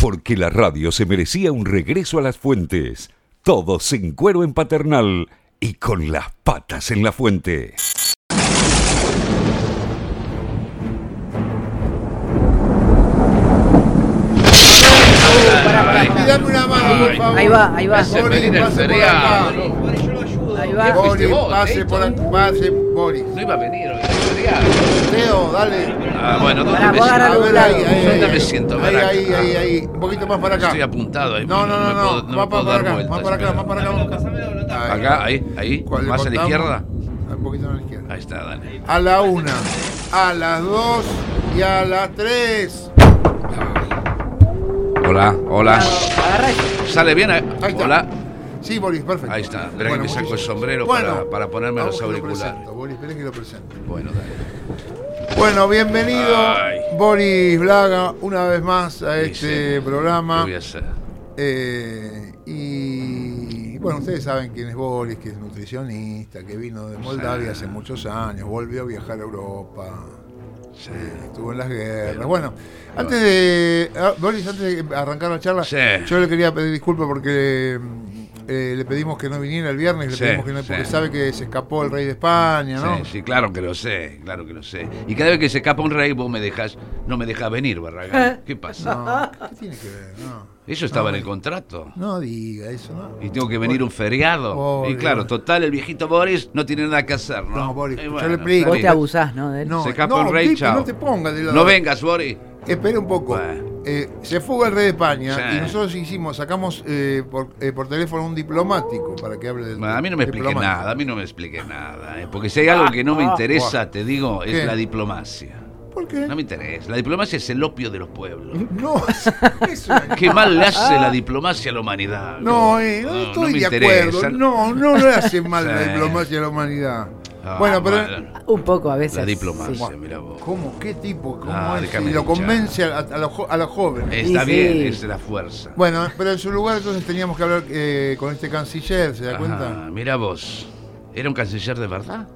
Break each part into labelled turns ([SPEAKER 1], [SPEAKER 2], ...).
[SPEAKER 1] Porque la radio se merecía un regreso a las fuentes. Todos en cuero en paternal y con las patas en la fuente.
[SPEAKER 2] Dame una mano, por favor.
[SPEAKER 3] Ahí va, ahí va.
[SPEAKER 4] Se
[SPEAKER 2] Boris,
[SPEAKER 4] me el
[SPEAKER 2] pase por
[SPEAKER 4] cereal.
[SPEAKER 2] acá.
[SPEAKER 4] No
[SPEAKER 3] Ahí va.
[SPEAKER 2] Boris,
[SPEAKER 4] vos,
[SPEAKER 2] pase
[SPEAKER 4] Leito.
[SPEAKER 3] ¿eh?
[SPEAKER 2] por acá. Pase, Boris.
[SPEAKER 4] iba a venir hoy, el cereal.
[SPEAKER 2] Teo, dale.
[SPEAKER 4] Ah, bueno, ¿dónde
[SPEAKER 3] Pará,
[SPEAKER 4] me
[SPEAKER 3] vos
[SPEAKER 4] siento?
[SPEAKER 3] agarrá
[SPEAKER 2] A ver,
[SPEAKER 3] algún
[SPEAKER 2] ahí,
[SPEAKER 3] lado.
[SPEAKER 2] ahí,
[SPEAKER 4] ¿Dónde
[SPEAKER 2] ahí.
[SPEAKER 4] me siento?
[SPEAKER 2] Ahí,
[SPEAKER 4] Baraca.
[SPEAKER 2] ahí, ahí, ahí. Un poquito más para acá.
[SPEAKER 4] Estoy apuntado ahí.
[SPEAKER 2] No, no,
[SPEAKER 4] me
[SPEAKER 2] no,
[SPEAKER 4] puedo-
[SPEAKER 2] no.
[SPEAKER 4] me
[SPEAKER 2] Más
[SPEAKER 4] puedo
[SPEAKER 2] para,
[SPEAKER 4] dar
[SPEAKER 2] acá.
[SPEAKER 4] vueltas,
[SPEAKER 2] Más para acá,
[SPEAKER 4] espera.
[SPEAKER 2] más para acá.
[SPEAKER 4] Acá, ahí, ahí.
[SPEAKER 2] ¿Cuál le
[SPEAKER 4] Más a la
[SPEAKER 2] cortamos?
[SPEAKER 4] izquierda.
[SPEAKER 2] Un poquito a la izquierda.
[SPEAKER 4] Ahí está, dale.
[SPEAKER 2] A la una, a las dos y a las tres.
[SPEAKER 4] Hola, hola.
[SPEAKER 3] Agarra eso.
[SPEAKER 4] ¿Sale bien? eh?
[SPEAKER 2] Ahí está.
[SPEAKER 4] Hola.
[SPEAKER 2] Sí, Boris, perfecto.
[SPEAKER 4] Ahí está. Esperá
[SPEAKER 2] Bueno,
[SPEAKER 4] que me saco el
[SPEAKER 2] muchísimas-
[SPEAKER 4] sombrero
[SPEAKER 2] Bueno,
[SPEAKER 4] para, para ponerme
[SPEAKER 2] vamos
[SPEAKER 4] los
[SPEAKER 2] que lo
[SPEAKER 4] auriculares.
[SPEAKER 2] presento, Boris, esperá que lo presento.
[SPEAKER 4] Bueno, dale.
[SPEAKER 2] Bueno, bienvenido
[SPEAKER 4] Ay.
[SPEAKER 2] Boris Blaga una vez más a
[SPEAKER 4] Sí,
[SPEAKER 2] este
[SPEAKER 4] sí. ¿Qué
[SPEAKER 2] programa.
[SPEAKER 4] voy a hacer?
[SPEAKER 2] Eh, y bueno, ustedes saben quién es Boris, que es nutricionista, que vino de Moldavia hace muchos años, volvió a viajar a Europa,
[SPEAKER 4] Sí.
[SPEAKER 2] eh, estuvo en las guerras. Bueno, antes de. ah, Boris, antes de arrancar la charla,
[SPEAKER 4] Sí.
[SPEAKER 2] yo le quería pedir disculpas porque mm, eh, le pedimos que no viniera el viernes, le
[SPEAKER 4] Sí,
[SPEAKER 2] pedimos que no, porque
[SPEAKER 4] sí.
[SPEAKER 2] sabe que se escapó el rey de España, ¿no?
[SPEAKER 4] Sí, sí, claro que lo sé, claro que lo sé. Y cada vez que se escapa un rey, vos me dejas, no me dejas venir, Barragán. ¿Qué pasa?
[SPEAKER 2] No, ¿Qué tiene que ver? No,
[SPEAKER 4] Eso estaba en el
[SPEAKER 2] no,
[SPEAKER 4] contrato.
[SPEAKER 2] No diga eso, ¿no?
[SPEAKER 4] Y tengo que venir un feriado.
[SPEAKER 2] Pobre,
[SPEAKER 4] y claro,
[SPEAKER 2] Boris.
[SPEAKER 4] total, el viejito Boris no tiene nada que hacer, ¿no?
[SPEAKER 2] No, Boris,
[SPEAKER 4] Y
[SPEAKER 2] yo
[SPEAKER 4] bueno,
[SPEAKER 2] le
[SPEAKER 4] está
[SPEAKER 2] explico.
[SPEAKER 3] Vos
[SPEAKER 4] bien.
[SPEAKER 3] te abusás, ¿no? de él?
[SPEAKER 2] No,
[SPEAKER 4] Se escapa un rey,
[SPEAKER 2] Pipe,
[SPEAKER 4] chao.
[SPEAKER 2] No te pongas de lado.
[SPEAKER 4] No vengas, Boris.
[SPEAKER 2] Espera un poco.
[SPEAKER 4] Bueno.
[SPEAKER 2] Eh, se fuga el rey de España
[SPEAKER 4] Sí.
[SPEAKER 2] y nosotros hicimos, sacamos eh, por, eh, por teléfono un diplomático para que hable del
[SPEAKER 4] Bueno, A mí no me explique
[SPEAKER 2] diplomático. Ah,
[SPEAKER 4] nada, a mí no me explique nada. ¿eh? Porque si hay algo que no me interesa, te digo, es
[SPEAKER 2] ¿Qué?
[SPEAKER 4] la diplomacia.
[SPEAKER 2] ¿Por qué?
[SPEAKER 4] No me interesa. La diplomacia es el opio de los pueblos.
[SPEAKER 2] No, eso es-
[SPEAKER 4] Qué mal le hace la diplomacia a la humanidad.
[SPEAKER 2] no, eh, no
[SPEAKER 4] No,
[SPEAKER 2] estoy
[SPEAKER 4] no me
[SPEAKER 2] de
[SPEAKER 4] interesa.
[SPEAKER 2] acuerdo. No, no le hace mal la
[SPEAKER 4] Sí.
[SPEAKER 2] diplomacia a la humanidad.
[SPEAKER 4] Ah,
[SPEAKER 2] bueno, pero.
[SPEAKER 3] Un poco a veces.
[SPEAKER 4] La diplomacia,
[SPEAKER 3] sí.
[SPEAKER 4] mira vos.
[SPEAKER 2] ¿Cómo? ¿Qué tipo? ¿Cómo
[SPEAKER 4] Ah,
[SPEAKER 2] es?
[SPEAKER 4] déjame
[SPEAKER 2] Y lo
[SPEAKER 4] hinchar.
[SPEAKER 2] convence a, a los jo- a los jóvenes.
[SPEAKER 4] Está
[SPEAKER 3] Sí,
[SPEAKER 4] bien,
[SPEAKER 3] sí.
[SPEAKER 4] es la fuerza.
[SPEAKER 2] Bueno, pero en su lugar entonces teníamos que hablar eh, con este canciller, ¿se da cuenta?
[SPEAKER 4] Ah, mira vos. ¿Era un canciller de verdad?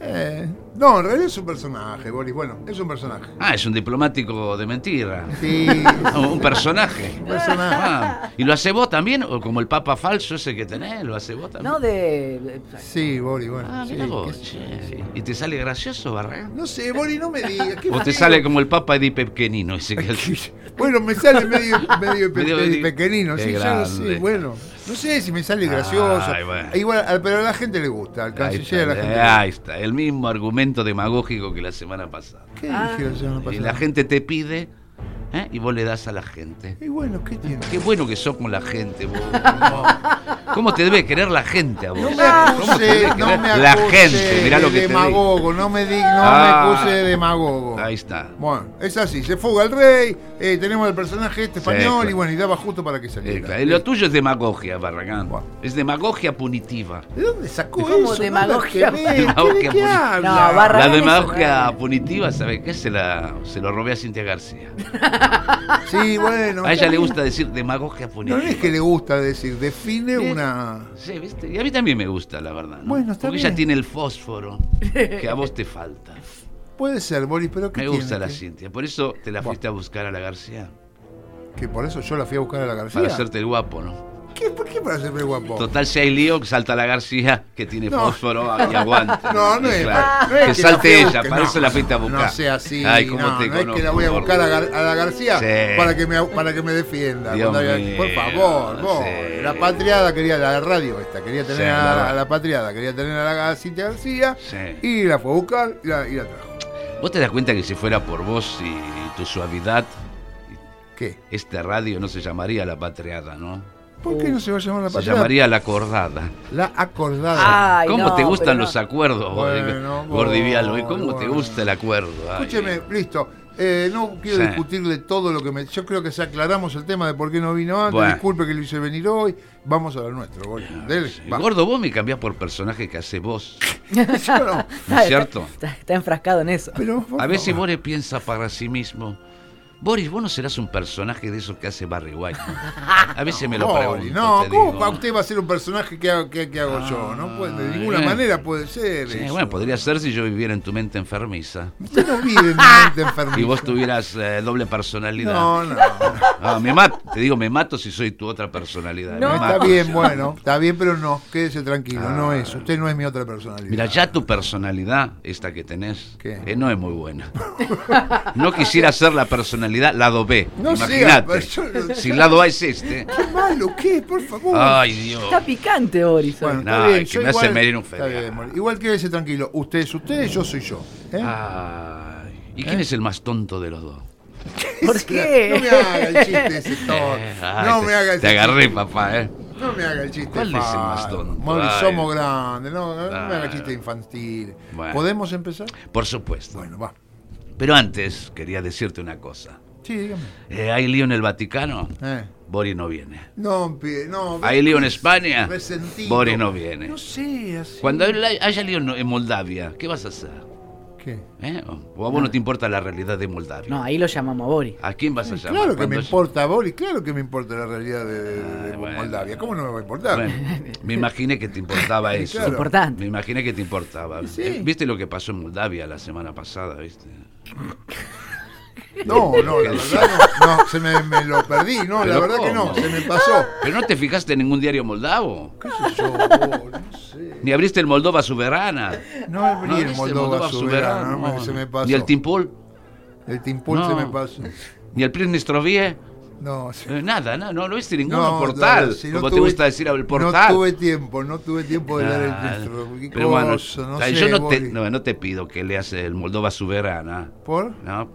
[SPEAKER 2] Eh, no, en realidad es un personaje, Boris. Bueno, es un personaje.
[SPEAKER 4] Ah, es un diplomático de mentira.
[SPEAKER 2] Sí,
[SPEAKER 4] Ah, Un personaje.
[SPEAKER 2] personaje.
[SPEAKER 4] Ah, ¿Y lo hace vos también? ¿O como el papa falso ese que tenés? ¿Lo hace vos también?
[SPEAKER 3] No, de. de-
[SPEAKER 2] Sí, Boris, bueno.
[SPEAKER 4] Ah,
[SPEAKER 2] sí,
[SPEAKER 4] mira
[SPEAKER 2] qué
[SPEAKER 4] vos.
[SPEAKER 2] sé
[SPEAKER 4] che. ¿Y te sale gracioso,
[SPEAKER 2] yo.
[SPEAKER 4] Barragán?
[SPEAKER 2] No sé, Boris, no me digas. qué
[SPEAKER 4] ¿O te
[SPEAKER 2] feo.
[SPEAKER 4] sale como el papa Eddie Pequenino ese que
[SPEAKER 2] Bueno, me sale medio, medio, pe-
[SPEAKER 4] Medio-
[SPEAKER 2] pe- pequeñino,
[SPEAKER 4] qué
[SPEAKER 2] sí, ya lo sé,
[SPEAKER 4] grande.
[SPEAKER 2] bueno. No sé si me sale gracioso.
[SPEAKER 4] Ay, bueno.
[SPEAKER 2] Igual, al- pero a la gente le gusta, al
[SPEAKER 4] Ahí
[SPEAKER 2] canciller, a la gente. le
[SPEAKER 4] está, eh, ahí está, el mismo argumento demagógico que la semana pasada.
[SPEAKER 2] gusta. ¿Qué
[SPEAKER 3] Ah.
[SPEAKER 2] dije la semana
[SPEAKER 4] Y
[SPEAKER 2] pasada?
[SPEAKER 4] la gente te pide ¿eh? y vos le das a la gente.
[SPEAKER 2] Y bueno, ¿qué tiene?
[SPEAKER 4] Qué bueno que sos con la gente, vos. ¿Cómo te debe querer la gente a vos?
[SPEAKER 2] No me
[SPEAKER 4] ¿Cómo te
[SPEAKER 2] acuse,
[SPEAKER 4] debe
[SPEAKER 2] no
[SPEAKER 4] querer
[SPEAKER 2] me
[SPEAKER 4] La
[SPEAKER 2] acuse
[SPEAKER 4] gente, mirá
[SPEAKER 2] de
[SPEAKER 4] lo que te digo.
[SPEAKER 2] demagogo, no me digas, no
[SPEAKER 4] Ah.
[SPEAKER 2] me acuse de demagogo.
[SPEAKER 4] Ahí está.
[SPEAKER 2] Bueno, es así, se fuga el rey, eh, tenemos el personaje este
[SPEAKER 4] Sí,
[SPEAKER 2] español
[SPEAKER 4] claro.
[SPEAKER 2] y bueno, y daba justo para que
[SPEAKER 4] Eh,
[SPEAKER 2] saliera.
[SPEAKER 4] claro, Lo tuyo es demagogia, Barragán.
[SPEAKER 2] Bueno.
[SPEAKER 4] Es demagogia punitiva.
[SPEAKER 2] ¿De dónde sacó
[SPEAKER 3] ¿Cómo
[SPEAKER 2] eso? Nada
[SPEAKER 3] demagogia?
[SPEAKER 2] que ver, ¿Qué,
[SPEAKER 4] Demagogia
[SPEAKER 2] ¿De qué
[SPEAKER 4] pura.
[SPEAKER 2] habla?
[SPEAKER 3] No, barra-
[SPEAKER 4] La
[SPEAKER 3] Barragán es
[SPEAKER 4] demagogia
[SPEAKER 3] Barragán.
[SPEAKER 4] punitiva, ¿sabes qué? Se, la, se lo robé a Cintia García.
[SPEAKER 2] Sí, bueno.
[SPEAKER 4] A ella
[SPEAKER 2] está
[SPEAKER 4] le
[SPEAKER 2] bien.
[SPEAKER 4] gusta decir demagogia
[SPEAKER 2] No
[SPEAKER 4] punitiva.
[SPEAKER 2] es que le gusta decir, define
[SPEAKER 4] Sí.
[SPEAKER 2] una...
[SPEAKER 4] Sí, ¿viste? Y a mí también me gusta, la verdad. ¿no?
[SPEAKER 2] Bueno, está
[SPEAKER 4] Porque
[SPEAKER 2] bien.
[SPEAKER 4] ella tiene el fósforo que a vos te falta.
[SPEAKER 2] Puede ser, Boris, pero ¿qué
[SPEAKER 4] Me
[SPEAKER 2] tiene
[SPEAKER 4] gusta la
[SPEAKER 2] que-
[SPEAKER 4] Cintia. Por eso te la
[SPEAKER 2] Bueno.
[SPEAKER 4] fuiste a buscar a la García.
[SPEAKER 2] Que por eso yo la fui a buscar a la García.
[SPEAKER 4] Para hacerte el guapo, ¿no?
[SPEAKER 2] ¿Qué, ¿Por qué para hacerme guapo?
[SPEAKER 4] Total, si hay lío, que salta la García, que tiene
[SPEAKER 2] Oh. No.
[SPEAKER 4] fósforo y aguanta.
[SPEAKER 2] No, no
[SPEAKER 4] Y
[SPEAKER 2] es,
[SPEAKER 4] claro,
[SPEAKER 2] no es
[SPEAKER 4] Que
[SPEAKER 2] la fui a
[SPEAKER 4] salte ella,
[SPEAKER 2] buscar,
[SPEAKER 4] para
[SPEAKER 2] no,
[SPEAKER 4] eso la fuiste a buscar.
[SPEAKER 2] No sea así,
[SPEAKER 4] Ay, cómo
[SPEAKER 2] no,
[SPEAKER 4] te
[SPEAKER 2] no es que la voy a
[SPEAKER 4] conozco,
[SPEAKER 2] buscar a,
[SPEAKER 4] gordo.
[SPEAKER 2] Gar- a la García
[SPEAKER 4] Sí.
[SPEAKER 2] para, que me, para que me defienda.
[SPEAKER 4] Dios
[SPEAKER 2] Cuando había-
[SPEAKER 4] mío,
[SPEAKER 2] por favor, vos,
[SPEAKER 4] sí.
[SPEAKER 2] la patriada quería, la de radio esta, quería tener
[SPEAKER 4] Sí,
[SPEAKER 2] a,
[SPEAKER 4] la-
[SPEAKER 2] a la patriada, quería tener a la Gar- Cintia García
[SPEAKER 4] Sí.
[SPEAKER 2] y la fue a buscar y la, y la trajo.
[SPEAKER 4] ¿Vos te das cuenta que si fuera por vos y, y tu suavidad,
[SPEAKER 2] ¿Qué?
[SPEAKER 4] esta radio no se llamaría La Patriada, ¿no?
[SPEAKER 2] ¿Por qué no se va a llamar la
[SPEAKER 4] Uh. Se
[SPEAKER 2] patriada?
[SPEAKER 4] llamaría La Acordada.
[SPEAKER 2] La acordada.
[SPEAKER 3] Ay,
[SPEAKER 4] ¿Cómo
[SPEAKER 3] no,
[SPEAKER 4] te gustan
[SPEAKER 3] pero
[SPEAKER 4] los
[SPEAKER 3] no.
[SPEAKER 4] acuerdos,
[SPEAKER 2] Bueno,
[SPEAKER 4] Gordivialo? ¿eh? ¿Cómo te
[SPEAKER 2] bueno.
[SPEAKER 4] gusta el acuerdo? Ay,
[SPEAKER 2] Escúcheme, listo. Eh, no quiero
[SPEAKER 4] Sí.
[SPEAKER 2] discutirle todo lo que me. Yo creo que se aclaramos el tema de por qué no vino antes.
[SPEAKER 4] Bueno. Ah,
[SPEAKER 2] Disculpe que lo hice venir hoy. Vamos a lo nuestro, Boris. Dele,
[SPEAKER 4] Sí,
[SPEAKER 2] va.
[SPEAKER 4] Gordo, vos me cambiás por personaje que hace vos.
[SPEAKER 2] Yo no.
[SPEAKER 4] ¿No es cierto?
[SPEAKER 3] Está, está enfrascado en eso.
[SPEAKER 2] Pero, por
[SPEAKER 4] A veces
[SPEAKER 2] favor.
[SPEAKER 4] Bore piensa para sí mismo Boris, vos no serás un personaje de esos que hace Barry White. ¿no? A veces me lo pregunto.
[SPEAKER 2] Pobre, no,
[SPEAKER 4] te
[SPEAKER 2] ¿cómo
[SPEAKER 4] digo.
[SPEAKER 2] pa- usted va a ser un personaje que hago, que, que hago yo? No puede, de
[SPEAKER 4] Ah,
[SPEAKER 2] ninguna
[SPEAKER 4] eh.
[SPEAKER 2] manera puede ser.
[SPEAKER 4] Sí,
[SPEAKER 2] eso.
[SPEAKER 4] bueno, podría ser si yo viviera en tu mente enfermiza.
[SPEAKER 2] Usted no vive en una mente enfermiza.
[SPEAKER 4] Y vos tuvieras eh, doble personalidad.
[SPEAKER 2] No, no. Está
[SPEAKER 4] Ah, me mato, te digo, me mato si soy tu otra personalidad.
[SPEAKER 3] No.
[SPEAKER 4] me mato.
[SPEAKER 2] bien, bueno, está bien, pero no, quédese tranquilo, no es. Usted no es mi otra personalidad.
[SPEAKER 4] Mira, Ah. ya tu personalidad, esta que tenés,
[SPEAKER 2] ¿Qué?
[SPEAKER 4] eh, no es muy buena. No quisiera ser la personalidad lado B.
[SPEAKER 2] No sea,
[SPEAKER 4] Imagínate.
[SPEAKER 2] pero yo-
[SPEAKER 4] Si el lado A es este.
[SPEAKER 2] Qué malo, ¿qué? Por favor.
[SPEAKER 4] Ay, Dios.
[SPEAKER 3] Está picante, Boris. hoy.
[SPEAKER 2] Bueno,
[SPEAKER 4] No,
[SPEAKER 2] está bien,
[SPEAKER 4] es que
[SPEAKER 2] yo
[SPEAKER 4] me hace
[SPEAKER 2] igual-
[SPEAKER 4] medir un
[SPEAKER 2] está
[SPEAKER 4] feriado. Ah,
[SPEAKER 2] bien, bueno, Igual quédese tranquilo. Usted es usted, yo soy yo. ¿eh?
[SPEAKER 4] Ay, ¿Y quién es el más tonto de los dos?
[SPEAKER 3] ¿Por qué?
[SPEAKER 2] No me haga el chiste ese tonto.
[SPEAKER 4] Eh, ay,
[SPEAKER 2] No
[SPEAKER 4] te-
[SPEAKER 2] me haga el
[SPEAKER 4] Te
[SPEAKER 2] chiste.
[SPEAKER 4] agarré, papá, ¿eh?
[SPEAKER 2] No me haga el chiste.
[SPEAKER 4] ¿Cuál es el más
[SPEAKER 2] Pablo.
[SPEAKER 4] tonto?
[SPEAKER 2] Mori,
[SPEAKER 4] Ay.
[SPEAKER 2] somos grandes. No, no me haga
[SPEAKER 4] Claro.
[SPEAKER 2] chiste infantil.
[SPEAKER 4] Bueno.
[SPEAKER 2] ¿Podemos empezar?
[SPEAKER 4] Por supuesto.
[SPEAKER 2] Bueno, va.
[SPEAKER 4] Pero antes, quería decirte una cosa.
[SPEAKER 2] Sí, dígame.
[SPEAKER 4] Eh, ¿Hay lío en el Vaticano?
[SPEAKER 2] Eh.
[SPEAKER 4] Boris no viene.
[SPEAKER 2] No, pie- no.
[SPEAKER 4] ¿Hay lío en España?
[SPEAKER 2] Resentido.
[SPEAKER 4] Boris no viene.
[SPEAKER 2] No sé, así.
[SPEAKER 4] Cuando hay- haya lío en en Moldavia, ¿qué vas a hacer?
[SPEAKER 2] ¿Qué?
[SPEAKER 4] ¿Eh? ¿O a vos no te importa la realidad de Moldavia?
[SPEAKER 3] No, ahí lo llamamos a Boris.
[SPEAKER 4] ¿A quién vas a llamar?
[SPEAKER 2] Claro que
[SPEAKER 4] Cuando-
[SPEAKER 2] me importa, Boris, claro que me importa la realidad de, de- de
[SPEAKER 4] Ah, bueno.
[SPEAKER 2] Moldavia. ¿Cómo no me va a importar?
[SPEAKER 4] Bueno, me imaginé que te importaba eso.
[SPEAKER 2] claro.
[SPEAKER 3] Importante.
[SPEAKER 4] Me imaginé que te importaba. Eh, ¿Viste lo que pasó en Moldavia la semana pasada, viste?
[SPEAKER 2] No, no, la verdad no. No, se me, me lo perdí, no, la
[SPEAKER 4] Pero
[SPEAKER 2] verdad que no,
[SPEAKER 4] ¿cómo?
[SPEAKER 2] se me pasó.
[SPEAKER 4] Pero no te fijaste en ningún diario moldavo.
[SPEAKER 2] ¿Qué sé yo, Boris? No sé.
[SPEAKER 4] Ni abriste el Moldova Soberana.
[SPEAKER 2] No abrí
[SPEAKER 4] No
[SPEAKER 2] el
[SPEAKER 4] abriste
[SPEAKER 2] Moldova soberano, no, me- se me pasó.
[SPEAKER 4] Ni el Timpul,
[SPEAKER 2] El Timpul
[SPEAKER 4] No.
[SPEAKER 2] se me pasó.
[SPEAKER 4] ni el Pridnestrovie.
[SPEAKER 2] No, se-
[SPEAKER 4] Eh, nada, no, no, no viste ninguno
[SPEAKER 2] no,
[SPEAKER 4] portal.
[SPEAKER 2] no, si no
[SPEAKER 4] como te
[SPEAKER 2] tuve-
[SPEAKER 4] gusta decir el portal.
[SPEAKER 2] No tuve tiempo, no tuve tiempo de leer
[SPEAKER 4] Ah,
[SPEAKER 2] el texto. Qué
[SPEAKER 4] pero bueno,
[SPEAKER 2] cosa, no
[SPEAKER 4] eh,
[SPEAKER 2] sé,
[SPEAKER 4] yo no te,
[SPEAKER 2] Boris.
[SPEAKER 4] no, no te pido que leas el Moldova Soberana,
[SPEAKER 2] ¿Por?
[SPEAKER 4] ¿no?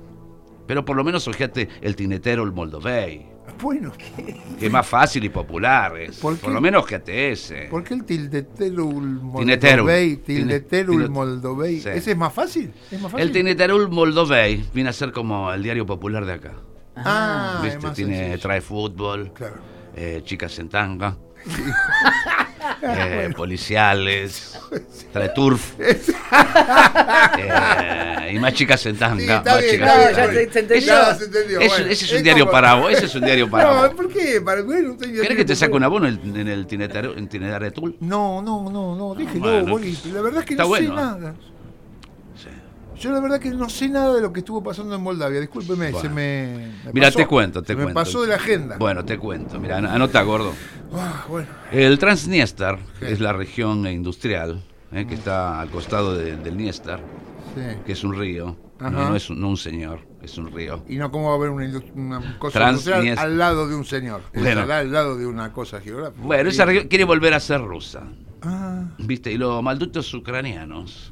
[SPEAKER 4] Pero por lo menos ojeate el tinetero, el Moldovei,
[SPEAKER 2] Bueno,
[SPEAKER 4] que es más fácil y popular. es.
[SPEAKER 2] ¿Por
[SPEAKER 4] ¿Por,
[SPEAKER 2] qué?
[SPEAKER 4] lo menos ojeate ese.
[SPEAKER 2] ¿por qué el tildeterul
[SPEAKER 4] Tineterum.
[SPEAKER 2] moldovei? Tildeterul
[SPEAKER 4] Tine-
[SPEAKER 2] moldovei.
[SPEAKER 4] Sí.
[SPEAKER 2] ¿Ese es más fácil? ¿Es más fácil?
[SPEAKER 4] El Tineterul Moldovei viene a ser como el diario popular de acá.
[SPEAKER 2] Ah, es
[SPEAKER 4] ¿Viste?
[SPEAKER 2] más
[SPEAKER 4] Tiene,
[SPEAKER 2] sencillo.
[SPEAKER 4] trae fútbol,
[SPEAKER 2] Claro.
[SPEAKER 4] eh, chicas en tanga, eh, policiales, trae turf. eh, y más chicas en tanga.
[SPEAKER 2] Sí, está
[SPEAKER 4] más
[SPEAKER 2] bien, está
[SPEAKER 4] chicas en
[SPEAKER 3] bien, ya
[SPEAKER 4] tanga.
[SPEAKER 3] se- se entendió.
[SPEAKER 4] Eso-
[SPEAKER 2] Ya se entendió,
[SPEAKER 4] eso-
[SPEAKER 2] bueno.
[SPEAKER 4] ese es
[SPEAKER 2] Es
[SPEAKER 4] un diario
[SPEAKER 2] como-
[SPEAKER 4] para vos. Ese es un diario para vos.
[SPEAKER 2] No, ¿por qué? Para, bueno, usted ya
[SPEAKER 4] ¿Querés que
[SPEAKER 2] tiene
[SPEAKER 4] te saque
[SPEAKER 2] todo.
[SPEAKER 4] un abono en, en el Tineterul? En Tineterul?
[SPEAKER 2] No, no, no, no, déjelo,
[SPEAKER 4] Ah, bueno,
[SPEAKER 2] Boris. La verdad es que
[SPEAKER 4] está
[SPEAKER 2] no
[SPEAKER 4] bueno.
[SPEAKER 2] sé nada.
[SPEAKER 4] Sí.
[SPEAKER 2] Yo la verdad que no sé nada de lo que estuvo pasando en Moldavia. Discúlpeme, se me. me
[SPEAKER 4] Mira,
[SPEAKER 2] pasó.
[SPEAKER 4] te cuento, te
[SPEAKER 2] Se
[SPEAKER 4] cuento.
[SPEAKER 2] Me pasó de la agenda.
[SPEAKER 4] Bueno, te cuento. Mira, anota, gordo.
[SPEAKER 2] Ah, bueno.
[SPEAKER 4] El Transniester
[SPEAKER 2] Sí.
[SPEAKER 4] es la región industrial eh, que está al costado de- del Niester,
[SPEAKER 2] sí.
[SPEAKER 4] que es un río. No,
[SPEAKER 2] Ajá.
[SPEAKER 4] no es un, no un señor, es un río.
[SPEAKER 2] Y no, ¿cómo va a haber una, indust- una cosa
[SPEAKER 4] Trans-
[SPEAKER 2] industrial
[SPEAKER 4] ni es-
[SPEAKER 2] al lado de un señor? Es
[SPEAKER 4] Bueno.
[SPEAKER 2] al- al lado de una cosa geográfica.
[SPEAKER 4] Bueno,
[SPEAKER 2] Sí.
[SPEAKER 4] esa región quiere volver a ser rusa.
[SPEAKER 2] Ah,
[SPEAKER 4] ¿Viste? Y los maldutos ucranianos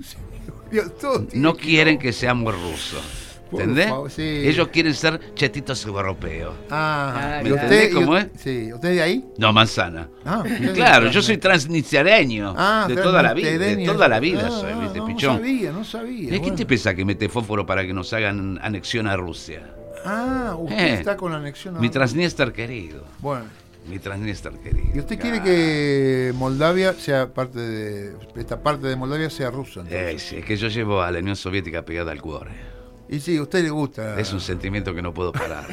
[SPEAKER 2] Dios, todo tiene
[SPEAKER 4] no quieren que seamos rusos.
[SPEAKER 2] Por
[SPEAKER 4] ¿Entendés?
[SPEAKER 2] favor, sí.
[SPEAKER 4] Ellos quieren ser chetitos europeos.
[SPEAKER 2] Ah,
[SPEAKER 3] Ah,
[SPEAKER 2] ¿y
[SPEAKER 3] ¿me
[SPEAKER 4] entendés
[SPEAKER 2] y-
[SPEAKER 4] cómo es?
[SPEAKER 2] Sí, ¿usted es de ahí?
[SPEAKER 4] No, manzana.
[SPEAKER 2] Ah, usted es de
[SPEAKER 4] Claro,
[SPEAKER 2] Transnet.
[SPEAKER 4] yo soy transnistreño
[SPEAKER 2] Ah,
[SPEAKER 4] de
[SPEAKER 2] usted es
[SPEAKER 4] toda la vida, de
[SPEAKER 2] transnitereño.
[SPEAKER 4] toda la vida
[SPEAKER 2] Ah,
[SPEAKER 4] soy,
[SPEAKER 2] ah,
[SPEAKER 4] ¿viste,
[SPEAKER 2] no,
[SPEAKER 4] pichón?
[SPEAKER 2] No sabía, no sabía.
[SPEAKER 4] ¿Y quién
[SPEAKER 2] bueno.
[SPEAKER 4] te piensa que mete fósforo para que nos hagan anexión a Rusia?
[SPEAKER 2] Ah, usted
[SPEAKER 4] Eh,
[SPEAKER 2] está con la anexión. a-
[SPEAKER 4] Mi Transnister querido.
[SPEAKER 2] Bueno,
[SPEAKER 4] Mi Transnister querido.
[SPEAKER 2] ¿y usted
[SPEAKER 4] Ah,
[SPEAKER 2] quiere que Moldavia sea parte de. Esta parte de Moldavia sea rusa? entonces?
[SPEAKER 4] eh, sí, es que yo llevo a la Unión Soviética pegada al cuore.
[SPEAKER 2] Y sí, a usted le gusta.
[SPEAKER 4] Es un sentimiento que no puedo parar.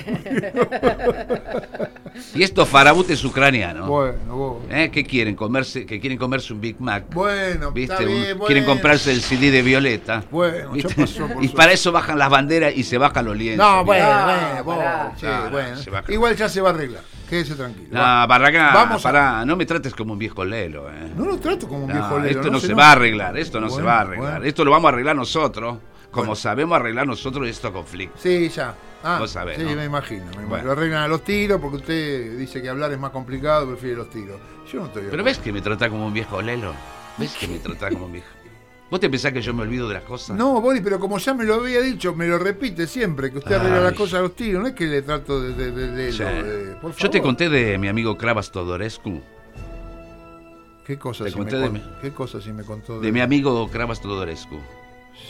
[SPEAKER 4] y estos farabutes ucranianos,
[SPEAKER 2] Bueno, vos-
[SPEAKER 4] ¿eh? ¿qué quieren? Comerse, que quieren comerse un Big Mac.
[SPEAKER 2] Bueno,
[SPEAKER 4] ¿Viste?
[SPEAKER 2] está
[SPEAKER 4] Un-
[SPEAKER 2] bien, bueno.
[SPEAKER 4] Quieren comprarse el CD de Violeta.
[SPEAKER 2] Bueno, ya
[SPEAKER 4] ¿viste?
[SPEAKER 2] pasó, por
[SPEAKER 4] y
[SPEAKER 2] suerte.
[SPEAKER 4] para eso bajan las banderas y se bajan los lienzos.
[SPEAKER 2] No, bueno,
[SPEAKER 3] Ah,
[SPEAKER 2] bueno, vos,
[SPEAKER 3] pará.
[SPEAKER 2] che,
[SPEAKER 4] No, no,
[SPEAKER 2] bueno.
[SPEAKER 4] se va a-
[SPEAKER 2] Igual ya se va a arreglar. Quédese tranquilo.
[SPEAKER 4] No,
[SPEAKER 2] va.
[SPEAKER 4] Barragán,
[SPEAKER 2] Vamos a-
[SPEAKER 4] pará, no me trates como un viejo lelo. Eh.
[SPEAKER 2] No lo trato como un
[SPEAKER 4] No,
[SPEAKER 2] viejo lero,
[SPEAKER 4] esto no, se
[SPEAKER 2] señor.
[SPEAKER 4] va a arreglar, esto no se
[SPEAKER 2] Bueno,
[SPEAKER 4] va a arreglar.
[SPEAKER 2] bueno.
[SPEAKER 4] Esto lo vamos a arreglar nosotros, como sabemos arreglar nosotros estos conflictos.
[SPEAKER 2] Sí, ya. Ah,
[SPEAKER 4] Vos sabés,
[SPEAKER 2] sí,
[SPEAKER 4] ¿no?
[SPEAKER 2] me imagino. me imagino.
[SPEAKER 4] Bueno.
[SPEAKER 2] Lo arreglan a los tiros porque usted dice que hablar es más complicado, prefiere los tiros. Yo no estoy. de
[SPEAKER 4] Pero
[SPEAKER 2] acuerdo.
[SPEAKER 4] ves que me trata como un viejo lelo. ¿Ves que me trata como un viejo? ¿Vos te pensás que yo me olvido de las cosas?
[SPEAKER 2] No, Boris, pero como ya me lo había dicho, me lo repite siempre, que usted arregla
[SPEAKER 4] Ay.
[SPEAKER 2] las cosas a los tiros. No es que le trato de. de, de- de-
[SPEAKER 4] O sea,
[SPEAKER 2] lo- de- eh, por
[SPEAKER 4] yo te
[SPEAKER 2] favor.
[SPEAKER 4] conté de mi amigo Kravas Todorescu.
[SPEAKER 2] ¿Qué cosa,
[SPEAKER 4] te
[SPEAKER 2] si
[SPEAKER 4] conté
[SPEAKER 2] me
[SPEAKER 4] de
[SPEAKER 2] con-
[SPEAKER 4] mi-
[SPEAKER 2] ¿Qué cosa si me contó?
[SPEAKER 4] De mi amigo Kravas Todorescu.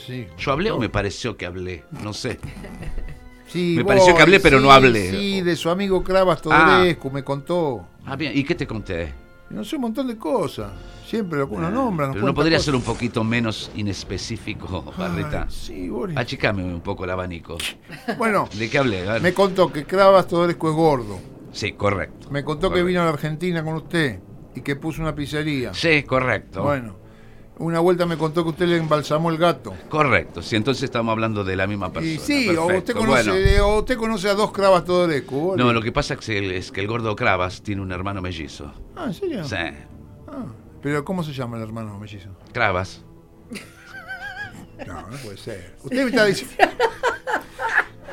[SPEAKER 2] Sí.
[SPEAKER 4] ¿Yo hablé o me pareció que hablé? No sé.
[SPEAKER 2] Sí,
[SPEAKER 4] Me pareció que hablé, Ah. pero
[SPEAKER 2] sí,
[SPEAKER 4] no hablé.
[SPEAKER 2] Sí, de su amigo Kravas Todorescu, me contó.
[SPEAKER 4] Ah, bien. ¿Y qué te conté? Eh,
[SPEAKER 2] Y No sé, un montón de cosas. Siempre lo, uno nombra. nos
[SPEAKER 4] Pero no
[SPEAKER 2] cuenta
[SPEAKER 4] podría
[SPEAKER 2] cosas.
[SPEAKER 4] ser un poquito menos inespecífico, Barreta.
[SPEAKER 2] Ay, Sí, Boris.
[SPEAKER 4] Achicame un poco el abanico.
[SPEAKER 2] Bueno,
[SPEAKER 4] ¿De qué hablé? A ver.
[SPEAKER 2] me contó que Cravas Todoresco es gordo.
[SPEAKER 4] Sí, correcto.
[SPEAKER 2] Me contó que
[SPEAKER 4] Correcto.
[SPEAKER 2] vino a la Argentina con usted y que puso una pizzería.
[SPEAKER 4] Sí, correcto.
[SPEAKER 2] Bueno, una vuelta me contó que usted le embalsamó el gato.
[SPEAKER 4] Correcto, sí, entonces estamos hablando de la misma persona.
[SPEAKER 2] y sí, o,
[SPEAKER 4] perfecto.
[SPEAKER 2] usted conoce,
[SPEAKER 4] Bueno,
[SPEAKER 2] o usted conoce a dos Cravas Todoresco. Boris.
[SPEAKER 4] no, lo que pasa es que el, es que el gordo Cravas tiene un hermano mellizo.
[SPEAKER 2] Ah, ¿en serio?
[SPEAKER 4] Sí,
[SPEAKER 2] Ah, pero ¿cómo se llama el hermano mellizo?
[SPEAKER 4] Cravas.
[SPEAKER 2] No, no puede ser. Usted me está diciendo.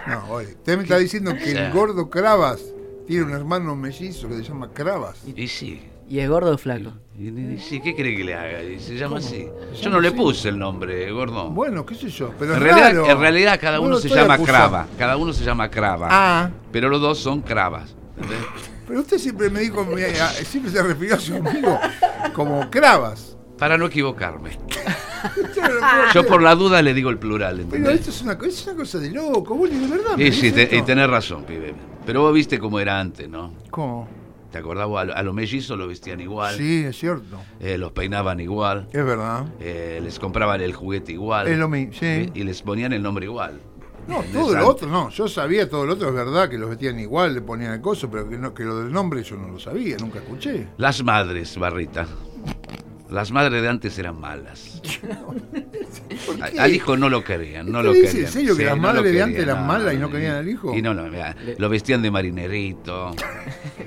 [SPEAKER 2] No, oye, usted me está diciendo que el
[SPEAKER 4] Sí.
[SPEAKER 2] gordo Cravas tiene un hermano mellizo que se llama Cravas.
[SPEAKER 4] Y sí.
[SPEAKER 3] Y es gordo o flaco.
[SPEAKER 4] Y dice, ¿qué cree que le haga? Y se llama así. Yo
[SPEAKER 2] llama
[SPEAKER 4] no le
[SPEAKER 2] así?
[SPEAKER 4] puse el nombre, gordo.
[SPEAKER 2] Bueno, qué sé yo, pero
[SPEAKER 4] en,
[SPEAKER 2] es
[SPEAKER 4] realidad,
[SPEAKER 2] raro.
[SPEAKER 4] en realidad cada
[SPEAKER 2] No
[SPEAKER 4] uno
[SPEAKER 2] lo
[SPEAKER 4] se
[SPEAKER 2] estoy
[SPEAKER 4] llama
[SPEAKER 2] acusando.
[SPEAKER 4] Crava. Cada uno se llama Crava.
[SPEAKER 2] Ah,
[SPEAKER 4] Pero los dos son Cravas. ¿entendés?
[SPEAKER 2] pero usted siempre me dijo, me- a- siempre se refirió a su amigo como Cravas.
[SPEAKER 4] Para no equivocarme.
[SPEAKER 2] Yo no lo puedo
[SPEAKER 4] Yo
[SPEAKER 2] creer.
[SPEAKER 4] por la duda le digo el plural,
[SPEAKER 2] Ah. Pero
[SPEAKER 4] ¿entendés?
[SPEAKER 2] esto es una, co- es una cosa de loco, Boli, de verdad. me
[SPEAKER 4] Y sí,
[SPEAKER 2] dice
[SPEAKER 4] te- y
[SPEAKER 2] esto.
[SPEAKER 4] tenés razón, pibe. Pero vos viste cómo era antes, ¿no?
[SPEAKER 2] ¿Cómo?
[SPEAKER 4] ¿Te acordás? vos? A, lo- a los mellizos los vestían igual,
[SPEAKER 2] Sí, es cierto.
[SPEAKER 4] eh, los peinaban igual,
[SPEAKER 2] Es verdad.
[SPEAKER 4] eh, les compraban el juguete igual.
[SPEAKER 2] Es lo mismo, sí.
[SPEAKER 4] ¿eh? Y les ponían el nombre igual.
[SPEAKER 2] No,
[SPEAKER 4] ¿Entendés?
[SPEAKER 2] todo lo
[SPEAKER 4] Antes.
[SPEAKER 2] otro, no. Yo sabía todo lo otro, es verdad que los vestían igual, le ponían el coso, pero que, no, que lo del nombre yo no lo sabía, nunca escuché.
[SPEAKER 4] Las madres, Barrita. Las madres de antes eran malas.
[SPEAKER 2] ¿Por
[SPEAKER 4] A-
[SPEAKER 2] qué?
[SPEAKER 4] Al hijo no lo querían, no
[SPEAKER 2] ¿Usted
[SPEAKER 4] lo
[SPEAKER 2] dice
[SPEAKER 4] querían.
[SPEAKER 2] en serio que las
[SPEAKER 4] no
[SPEAKER 2] madres
[SPEAKER 4] lo
[SPEAKER 2] de antes
[SPEAKER 4] querían,
[SPEAKER 2] eran malas y no querían al hijo?
[SPEAKER 4] Y no, no, mirá, lo vestían de marinerito,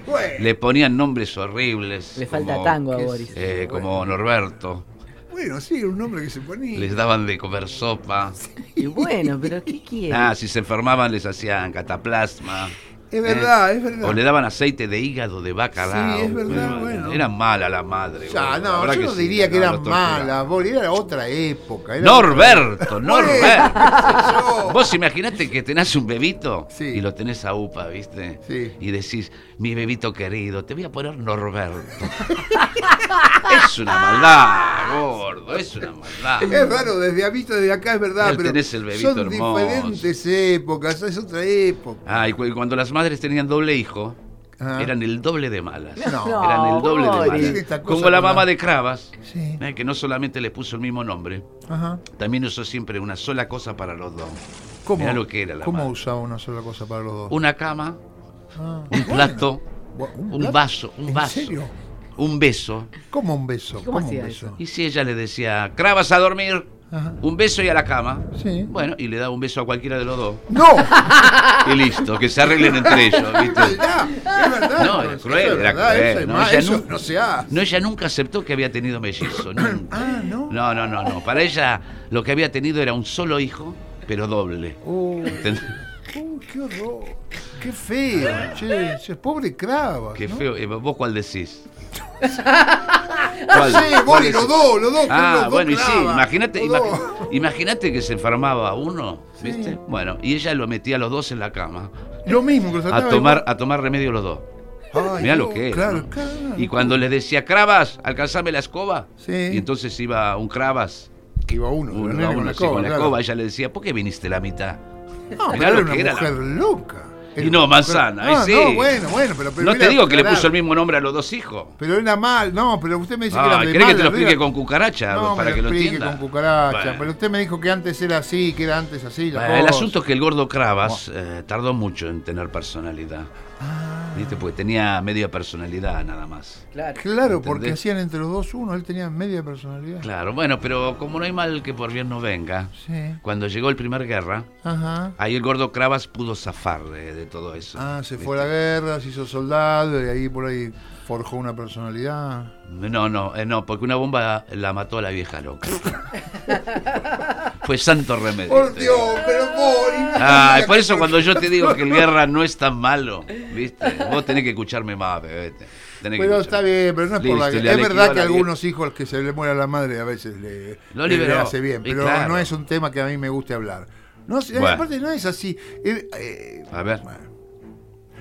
[SPEAKER 2] Bueno,
[SPEAKER 4] le ponían nombres horribles.
[SPEAKER 3] Le falta
[SPEAKER 4] como-
[SPEAKER 3] tango a
[SPEAKER 2] ¿qué
[SPEAKER 3] Boris.
[SPEAKER 2] sé?
[SPEAKER 4] eh, como Norberto.
[SPEAKER 2] bueno, sí, era un nombre que se ponía.
[SPEAKER 4] Les daban de comer sopa.
[SPEAKER 3] Y bueno, pero ¿qué quiere?
[SPEAKER 4] Ah, si se enfermaban les hacían cataplasma. ¿eh?
[SPEAKER 2] Es verdad, es verdad.
[SPEAKER 4] O le daban aceite de hígado de bacalao.
[SPEAKER 2] Sí, es verdad,
[SPEAKER 4] Eh,
[SPEAKER 2] bueno.
[SPEAKER 4] Era mala la madre.
[SPEAKER 2] O sea,
[SPEAKER 4] boludo, la
[SPEAKER 2] no,
[SPEAKER 4] verdad
[SPEAKER 2] yo no
[SPEAKER 4] sí,
[SPEAKER 2] diría que
[SPEAKER 4] no,
[SPEAKER 2] eran
[SPEAKER 4] lo torturaban.
[SPEAKER 2] malas, Boli, era otra época. Era
[SPEAKER 4] Norberto,
[SPEAKER 2] Bueno,
[SPEAKER 4] Norberto.
[SPEAKER 2] yo-
[SPEAKER 4] Vos imaginate que tenés un bebito
[SPEAKER 2] Sí.
[SPEAKER 4] y lo tenés a UPA, ¿viste?
[SPEAKER 2] Sí.
[SPEAKER 4] Y decís, mi bebito querido, te voy a poner Norberto. es una maldad, gordo, es una maldad.
[SPEAKER 2] Es raro, desde a visto desde acá es verdad,
[SPEAKER 4] Él
[SPEAKER 2] pero
[SPEAKER 4] tenés el bebito
[SPEAKER 2] son
[SPEAKER 4] hermoso.
[SPEAKER 2] diferentes épocas, es otra época.
[SPEAKER 4] Ah, y cu- y cuando las madres tenían doble hijo,
[SPEAKER 2] Ah.
[SPEAKER 4] eran el doble de malas.
[SPEAKER 2] No.
[SPEAKER 4] Eran el doble de
[SPEAKER 3] Boris.
[SPEAKER 2] Tiene esta
[SPEAKER 4] malas.
[SPEAKER 2] cosa
[SPEAKER 4] Como la
[SPEAKER 2] con la-
[SPEAKER 4] mamá de Cravas,
[SPEAKER 2] Sí,
[SPEAKER 4] eh, que no solamente le puso el mismo nombre,
[SPEAKER 2] ajá.
[SPEAKER 4] también usó siempre una sola cosa para los dos.
[SPEAKER 2] ¿Cómo,
[SPEAKER 4] Mirá lo que era la
[SPEAKER 2] ¿cómo
[SPEAKER 4] madre.
[SPEAKER 2] usaba una sola cosa para los dos?
[SPEAKER 4] Una cama,
[SPEAKER 2] Ah,
[SPEAKER 4] un
[SPEAKER 2] bueno.
[SPEAKER 4] plato,
[SPEAKER 2] Bu-
[SPEAKER 4] un
[SPEAKER 2] plato?
[SPEAKER 4] vaso, un
[SPEAKER 2] ¿En
[SPEAKER 4] vaso.
[SPEAKER 2] serio?
[SPEAKER 4] un beso.
[SPEAKER 2] ¿Cómo un beso?
[SPEAKER 3] ¿Cómo
[SPEAKER 2] un
[SPEAKER 3] hacía
[SPEAKER 2] beso?
[SPEAKER 4] Y si ella le decía, Cravas a dormir,
[SPEAKER 2] Ajá.
[SPEAKER 4] un beso y a la cama.
[SPEAKER 2] Sí.
[SPEAKER 4] Bueno, y le da un beso a cualquiera de los dos.
[SPEAKER 2] ¡No!
[SPEAKER 4] Y listo, que se arreglen entre ellos,
[SPEAKER 2] Es
[SPEAKER 4] ¿viste?
[SPEAKER 2] verdad, es verdad.
[SPEAKER 4] No, era cruel,
[SPEAKER 2] Eso es
[SPEAKER 4] era
[SPEAKER 2] verdad,
[SPEAKER 4] cruel,
[SPEAKER 2] eso es
[SPEAKER 4] no,
[SPEAKER 2] más,
[SPEAKER 4] ella
[SPEAKER 2] eso
[SPEAKER 4] nunca-
[SPEAKER 2] no se hace.
[SPEAKER 4] No, ella nunca aceptó que había tenido mellizo. nunca.
[SPEAKER 2] Ah, no.
[SPEAKER 4] No, no, no, no. Para ella lo que había tenido era un solo hijo, pero doble.
[SPEAKER 2] Oh,
[SPEAKER 4] ¿Entendés?
[SPEAKER 2] oh, qué horror. Qué feo. Che, che, pobre crava.
[SPEAKER 4] Qué
[SPEAKER 2] ¿no?
[SPEAKER 4] feo. Eh, ¿Vos cuál decís? ¿Cuál-
[SPEAKER 2] Sí,
[SPEAKER 4] cuál
[SPEAKER 2] Boli,
[SPEAKER 4] decís?
[SPEAKER 2] los dos, los dos. los
[SPEAKER 4] Ah,
[SPEAKER 2] dos
[SPEAKER 4] bueno, y sí,
[SPEAKER 2] Cravas.
[SPEAKER 4] imagínate,
[SPEAKER 2] Los
[SPEAKER 4] imagi-
[SPEAKER 2] dos.
[SPEAKER 4] imagínate que se enfermaba uno, ¿viste? Bueno, y ella lo metía a los dos en la cama
[SPEAKER 2] Lo mismo que los
[SPEAKER 4] a
[SPEAKER 2] trataba
[SPEAKER 4] tomar, a tomar remedio los dos.
[SPEAKER 2] igual. Ay,
[SPEAKER 4] Mirá lo
[SPEAKER 2] no,
[SPEAKER 4] que era,
[SPEAKER 2] Claro,
[SPEAKER 4] ¿no?
[SPEAKER 2] claro.
[SPEAKER 4] Y cuando les decía, Cravas, alcanzame la escoba.
[SPEAKER 2] Sí.
[SPEAKER 4] Y entonces iba un Cravas,
[SPEAKER 2] Que iba uno,
[SPEAKER 4] uno,
[SPEAKER 2] pero no
[SPEAKER 4] a
[SPEAKER 2] era
[SPEAKER 4] uno
[SPEAKER 2] con la
[SPEAKER 4] así con la
[SPEAKER 2] claro.
[SPEAKER 4] escoba, ella le decía, ¿por qué viniste la mitad?
[SPEAKER 2] No,
[SPEAKER 4] Mirá
[SPEAKER 2] pero era
[SPEAKER 4] lo
[SPEAKER 2] una
[SPEAKER 4] que era.
[SPEAKER 2] mujer loca. Era
[SPEAKER 4] Y no,
[SPEAKER 2] una mujer-
[SPEAKER 4] manzana, ahí
[SPEAKER 2] No,
[SPEAKER 4] sí.
[SPEAKER 2] no, bueno, bueno, pero, pero
[SPEAKER 4] no
[SPEAKER 2] era-
[SPEAKER 4] te digo que le
[SPEAKER 2] pará.
[SPEAKER 4] puso el mismo nombre a los dos hijos.
[SPEAKER 2] Pero era mal, no, pero usted me dice que
[SPEAKER 4] Ah,
[SPEAKER 2] era de
[SPEAKER 4] ¿Querés que te lo
[SPEAKER 2] mala,
[SPEAKER 4] explique
[SPEAKER 2] era-
[SPEAKER 4] con cucaracha?
[SPEAKER 2] No,
[SPEAKER 4] para
[SPEAKER 2] me
[SPEAKER 4] que lo
[SPEAKER 2] explique
[SPEAKER 4] entienda.
[SPEAKER 2] con cucaracha.
[SPEAKER 4] Bueno.
[SPEAKER 2] Pero usted me dijo que antes era así, que era antes así. la
[SPEAKER 4] Bueno, el
[SPEAKER 2] cosa.
[SPEAKER 4] asunto es que el gordo Cravas eh, tardó mucho en tener personalidad.
[SPEAKER 2] Ah.
[SPEAKER 4] ¿Viste? Porque tenía media personalidad nada más.
[SPEAKER 3] Claro.
[SPEAKER 2] Claro, porque
[SPEAKER 4] ¿Entendés?
[SPEAKER 2] hacían entre los dos uno, él tenía media personalidad.
[SPEAKER 4] Claro, bueno, pero como no hay mal que por bien no venga,
[SPEAKER 2] Sí.
[SPEAKER 4] cuando llegó el primer guerra,
[SPEAKER 2] Ajá.
[SPEAKER 4] ahí el gordo Cravas pudo zafar de, de todo eso.
[SPEAKER 2] Ah, se fue a la guerra, se hizo soldado y ahí por ahí forjó una personalidad.
[SPEAKER 4] No, no, eh, no, porque una bomba la mató a la vieja loca. Fue santo remedio. te digo.
[SPEAKER 2] pero por.
[SPEAKER 4] Ay, Ah, por eso cuando yo te digo que el guerra no es tan malo, ¿viste? Vos tenés que escucharme más, bebete. Tenés que
[SPEAKER 2] Pero
[SPEAKER 4] escucharme.
[SPEAKER 2] está bien, pero no es por la
[SPEAKER 4] Listo,
[SPEAKER 2] guerra.
[SPEAKER 4] le
[SPEAKER 2] Es verdad
[SPEAKER 4] alquiló
[SPEAKER 2] que
[SPEAKER 4] la
[SPEAKER 2] algunos hijos que se le muere a la madre a veces le,
[SPEAKER 4] Lo
[SPEAKER 2] le
[SPEAKER 4] liberó,
[SPEAKER 2] hace bien,
[SPEAKER 4] y
[SPEAKER 2] pero
[SPEAKER 4] claro.
[SPEAKER 2] no es un tema que a mí me guste hablar. No, sé,
[SPEAKER 4] Bueno.
[SPEAKER 2] aparte no es así. Eh, eh,
[SPEAKER 4] A ver.
[SPEAKER 2] bueno.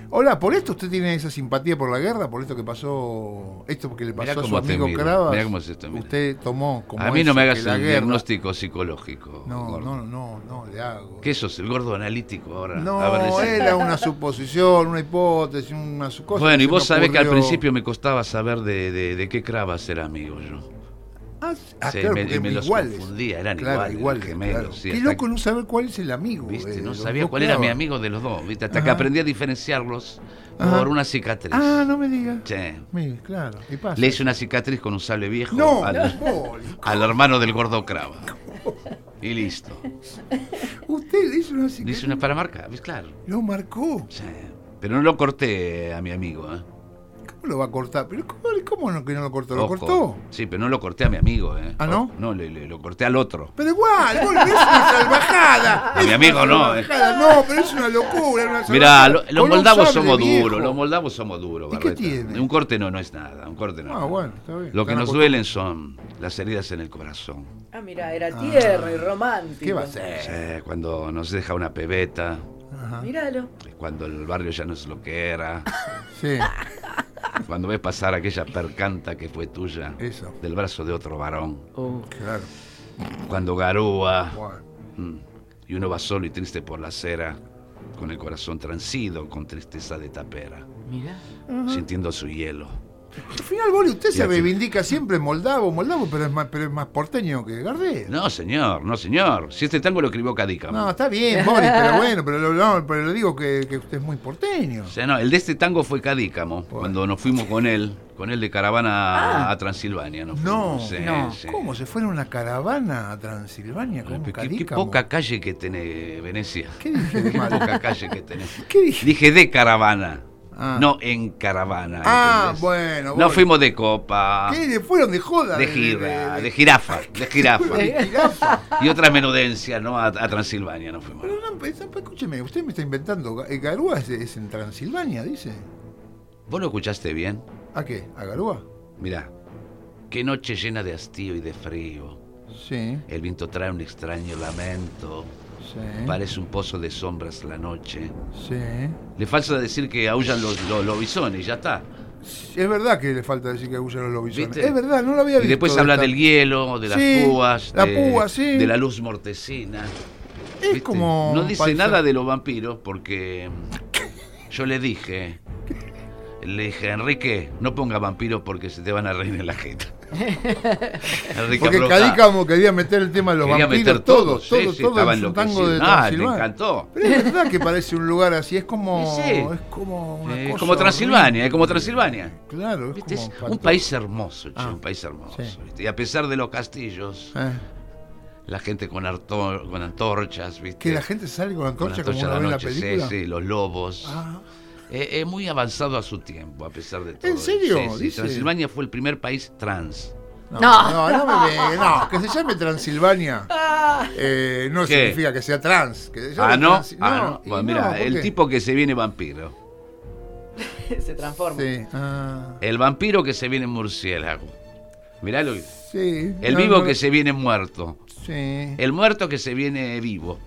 [SPEAKER 2] Hola, ¿por esto usted tiene esa simpatía por la guerra? ¿Por esto que pasó, esto que le
[SPEAKER 4] Mirá
[SPEAKER 2] pasó a su
[SPEAKER 4] cómo te
[SPEAKER 2] amigo
[SPEAKER 4] miro,
[SPEAKER 2] Cravas?
[SPEAKER 4] mirá cómo se te mira.
[SPEAKER 2] usted tomó como
[SPEAKER 4] A mí no
[SPEAKER 2] eso,
[SPEAKER 4] me
[SPEAKER 2] que
[SPEAKER 4] hagas
[SPEAKER 2] la
[SPEAKER 4] el
[SPEAKER 2] guerra-
[SPEAKER 4] diagnóstico psicológico.
[SPEAKER 2] No,
[SPEAKER 4] gordo.
[SPEAKER 2] no, no, no, le hago.
[SPEAKER 4] ¿Qué sos, el gordo analítico ahora? A ver,
[SPEAKER 2] No,
[SPEAKER 4] decí.
[SPEAKER 2] era una suposición, una hipótesis, una su- cosa.
[SPEAKER 4] Bueno,
[SPEAKER 2] que
[SPEAKER 4] y
[SPEAKER 2] se
[SPEAKER 4] vos
[SPEAKER 2] me
[SPEAKER 4] sabés que al
[SPEAKER 2] ocurrió.
[SPEAKER 4] principio me costaba saber de, de- de qué Cravas era amigo yo.
[SPEAKER 2] Ah, ah,
[SPEAKER 4] Sí,
[SPEAKER 2] claro,
[SPEAKER 4] me-
[SPEAKER 2] porque
[SPEAKER 4] me los
[SPEAKER 2] iguales.
[SPEAKER 4] confundía, eran
[SPEAKER 2] Claro,
[SPEAKER 4] iguales, eran gemelos,
[SPEAKER 2] claro.
[SPEAKER 4] sí,
[SPEAKER 2] Qué
[SPEAKER 4] hasta
[SPEAKER 2] loco
[SPEAKER 4] que-
[SPEAKER 2] no saber cuál es el amigo.
[SPEAKER 4] ¿Viste?
[SPEAKER 2] eh,
[SPEAKER 4] No
[SPEAKER 2] los
[SPEAKER 4] sabía
[SPEAKER 2] dos
[SPEAKER 4] cuál era mi
[SPEAKER 2] clavos.
[SPEAKER 4] amigo de los dos, ¿viste? Hasta que
[SPEAKER 2] Ajá.
[SPEAKER 4] aprendí a diferenciarlos
[SPEAKER 2] Ajá.
[SPEAKER 4] por una cicatriz.
[SPEAKER 2] Ah, no me diga.
[SPEAKER 4] Che,
[SPEAKER 2] Mire, claro. ¿Qué pasa?
[SPEAKER 4] Le hice una cicatriz con un sable viejo
[SPEAKER 2] No,
[SPEAKER 4] al,
[SPEAKER 2] boli.
[SPEAKER 4] al hermano del gordo Crava. Y listo.
[SPEAKER 2] Usted le hizo una
[SPEAKER 4] Le hice
[SPEAKER 2] cicatriz.
[SPEAKER 4] una para marcar, ¿ves? claro.
[SPEAKER 2] Lo marcó.
[SPEAKER 4] Sí. Pero no lo corté a mi amigo, ¿eh?
[SPEAKER 2] ¿Cómo lo va a cortar? Pero ¿cómo, cómo no, que no lo cortó? ¿Lo
[SPEAKER 4] Ojo.
[SPEAKER 2] cortó?
[SPEAKER 4] Sí, pero no lo corté a mi amigo, ¿eh?
[SPEAKER 2] ¿Ah, no?
[SPEAKER 4] No, le, le- lo corté al otro.
[SPEAKER 2] Pero igual, boli, es una salvajada.
[SPEAKER 4] A mi
[SPEAKER 2] Es
[SPEAKER 4] amigo
[SPEAKER 2] una
[SPEAKER 4] no, eh.
[SPEAKER 2] salvajada, No, pero es una locura. Una
[SPEAKER 4] Mirá,
[SPEAKER 2] salvajada.
[SPEAKER 4] lo-
[SPEAKER 2] Con
[SPEAKER 4] los
[SPEAKER 2] un
[SPEAKER 4] moldavos
[SPEAKER 2] sable
[SPEAKER 4] somos
[SPEAKER 2] viejo.
[SPEAKER 4] duros, los moldavos somos duros,
[SPEAKER 2] ¿Y qué
[SPEAKER 4] Barreta.
[SPEAKER 2] tiene?
[SPEAKER 4] Un corte no, no es nada, un corte no. es
[SPEAKER 2] Ah,
[SPEAKER 4] nada.
[SPEAKER 2] bueno, está bien.
[SPEAKER 4] Lo que
[SPEAKER 2] Están
[SPEAKER 4] nos duelen son las heridas en el corazón.
[SPEAKER 5] Ah, mira, era tierno y romántico.
[SPEAKER 2] ¿Qué va a ser?
[SPEAKER 4] Sí, cuando nos deja una pebeta,
[SPEAKER 2] Ajá.
[SPEAKER 5] Míralo.
[SPEAKER 4] cuando el barrio ya no es lo que era,
[SPEAKER 2] Sí,
[SPEAKER 4] cuando ves pasar aquella percanta que fue tuya,
[SPEAKER 2] eso.
[SPEAKER 4] del brazo de otro varón,
[SPEAKER 3] Oh,
[SPEAKER 2] Claro.
[SPEAKER 4] cuando garúa,
[SPEAKER 2] Bueno.
[SPEAKER 4] mm, y uno va solo y triste por la acera, con el corazón transido, con tristeza de tapera,
[SPEAKER 3] mirá.
[SPEAKER 4] sintiendo su hielo.
[SPEAKER 2] Al final, Boli, usted
[SPEAKER 4] Y
[SPEAKER 2] se
[SPEAKER 4] aquí-
[SPEAKER 2] reivindica siempre moldavo, moldavo, pero es más, pero es más porteño que Gardel.
[SPEAKER 4] No, señor, no, señor. Si este tango lo escribió Cadícamo.
[SPEAKER 2] No, está bien, Boris, pero bueno, pero lo, no, pero le digo que, que usted es muy porteño.
[SPEAKER 4] O sea, no, el de este tango fue Cadícamo, cuando nos fuimos con él, con él de caravana a- a Transilvania. nos
[SPEAKER 2] Ah. No,
[SPEAKER 4] fuimos, sí,
[SPEAKER 3] no.
[SPEAKER 4] sí.
[SPEAKER 2] Ah, ¿Cómo se fue en una caravana a Transilvania con un
[SPEAKER 4] Qué- Qué, qué
[SPEAKER 2] cadícamo?
[SPEAKER 4] poca calle que tenés, Venecia.
[SPEAKER 2] ¿Qué dije de
[SPEAKER 4] Qué
[SPEAKER 2] mal?
[SPEAKER 4] poca calle que tenés.
[SPEAKER 2] ¿Qué dije?
[SPEAKER 4] Dije de caravana,
[SPEAKER 2] Ah.
[SPEAKER 4] no en caravana.
[SPEAKER 2] Ah,
[SPEAKER 4] ¿entendés?
[SPEAKER 2] bueno,
[SPEAKER 4] No
[SPEAKER 2] Boris.
[SPEAKER 4] fuimos de copa,
[SPEAKER 2] ¿Qué? Le fueron de joda.
[SPEAKER 4] de gira, de jirafa, de jirafa.
[SPEAKER 2] de jirafa.
[SPEAKER 4] Y otras menudencias, ¿no? A, a Transilvania nos fuimos.
[SPEAKER 2] Pero no, pues, escúcheme, usted me está inventando. Ga- Garúa es, es en Transilvania, dice.
[SPEAKER 4] ¿Vos lo escuchaste bien?
[SPEAKER 2] ¿A qué? ¿A Garúa?
[SPEAKER 4] Mirá, qué noche llena de hastío y de frío.
[SPEAKER 2] Sí,
[SPEAKER 4] El viento trae un extraño lamento.
[SPEAKER 2] sí.
[SPEAKER 4] Parece un pozo de sombras la noche.
[SPEAKER 2] Sí.
[SPEAKER 4] Le falta decir que aullan los, los, los bisones, ya está.
[SPEAKER 2] Es verdad que le falta decir que huyen los lobisones.
[SPEAKER 4] ¿Viste?
[SPEAKER 2] Es verdad, no lo había
[SPEAKER 4] Y
[SPEAKER 2] visto.
[SPEAKER 4] después
[SPEAKER 2] de
[SPEAKER 4] habla
[SPEAKER 2] esta-
[SPEAKER 4] del hielo, de las
[SPEAKER 2] Sí,
[SPEAKER 4] púas,
[SPEAKER 2] la
[SPEAKER 4] de,
[SPEAKER 2] púa, sí.
[SPEAKER 4] de la luz mortecina.
[SPEAKER 2] Es
[SPEAKER 4] ¿Viste?
[SPEAKER 2] como.
[SPEAKER 4] No
[SPEAKER 2] un
[SPEAKER 4] dice
[SPEAKER 2] paisaje.
[SPEAKER 4] nada de los vampiros porque yo le dije, le dije, Enrique, no ponga vampiros porque se te van a reír en la jeta. Enrique
[SPEAKER 2] Porque
[SPEAKER 4] afloja.
[SPEAKER 2] Cadícamo quería meter el tema de los
[SPEAKER 4] Quería
[SPEAKER 2] vampiros,
[SPEAKER 4] meter
[SPEAKER 2] todo,
[SPEAKER 4] todo,
[SPEAKER 2] todo,
[SPEAKER 4] sí,
[SPEAKER 2] todo,
[SPEAKER 4] sí, estaba
[SPEAKER 2] en su tango
[SPEAKER 4] enloquecido.
[SPEAKER 2] de
[SPEAKER 4] Ah,
[SPEAKER 2] Transilvania.
[SPEAKER 4] me encantó.
[SPEAKER 2] Pero es verdad que parece un lugar así, es como.
[SPEAKER 4] Sí, sí.
[SPEAKER 2] Es como. Una
[SPEAKER 4] Eh,
[SPEAKER 2] cosa
[SPEAKER 4] como Transilvania,
[SPEAKER 2] horrible.
[SPEAKER 4] es como Transilvania.
[SPEAKER 2] Claro, es
[SPEAKER 4] Viste,
[SPEAKER 2] como.
[SPEAKER 4] es un
[SPEAKER 2] fantástico.
[SPEAKER 4] país hermoso, che,
[SPEAKER 2] Ah,
[SPEAKER 4] un país hermoso.
[SPEAKER 2] sí.
[SPEAKER 4] ¿viste? Y a pesar de los castillos,
[SPEAKER 2] Eh,
[SPEAKER 4] la gente con, arto- con antorchas, ¿viste?
[SPEAKER 2] que la gente sale con
[SPEAKER 4] con
[SPEAKER 2] antorcha como
[SPEAKER 4] antorchas
[SPEAKER 2] uno
[SPEAKER 4] a
[SPEAKER 2] ve en
[SPEAKER 4] la
[SPEAKER 2] la
[SPEAKER 4] noche, sí,
[SPEAKER 2] película.
[SPEAKER 4] sí, los lobos.
[SPEAKER 2] Ah,
[SPEAKER 4] Es muy avanzado a su tiempo, a pesar de todo.
[SPEAKER 2] ¿En serio?
[SPEAKER 4] Sí, sí,
[SPEAKER 2] Dice.
[SPEAKER 4] Transilvania fue el primer país trans.
[SPEAKER 2] no,
[SPEAKER 3] No.
[SPEAKER 2] no, no, me ve- no, que se llame Transilvania eh, no
[SPEAKER 4] ¿Qué?
[SPEAKER 2] significa que sea trans. Que se llame
[SPEAKER 4] Ah, ¿no?
[SPEAKER 2] Transi-
[SPEAKER 4] Ah, no.
[SPEAKER 2] y
[SPEAKER 4] Bueno, mira,
[SPEAKER 2] ¿por
[SPEAKER 4] el
[SPEAKER 2] qué?
[SPEAKER 4] tipo que se viene vampiro.
[SPEAKER 5] Se transforma.
[SPEAKER 2] Sí, ah,
[SPEAKER 4] El vampiro que se viene murciélago. Mirá lo que-
[SPEAKER 2] sí.
[SPEAKER 4] El
[SPEAKER 2] no,
[SPEAKER 4] vivo
[SPEAKER 2] no,
[SPEAKER 4] que se viene muerto.
[SPEAKER 2] Sí.
[SPEAKER 4] El muerto que se viene vivo.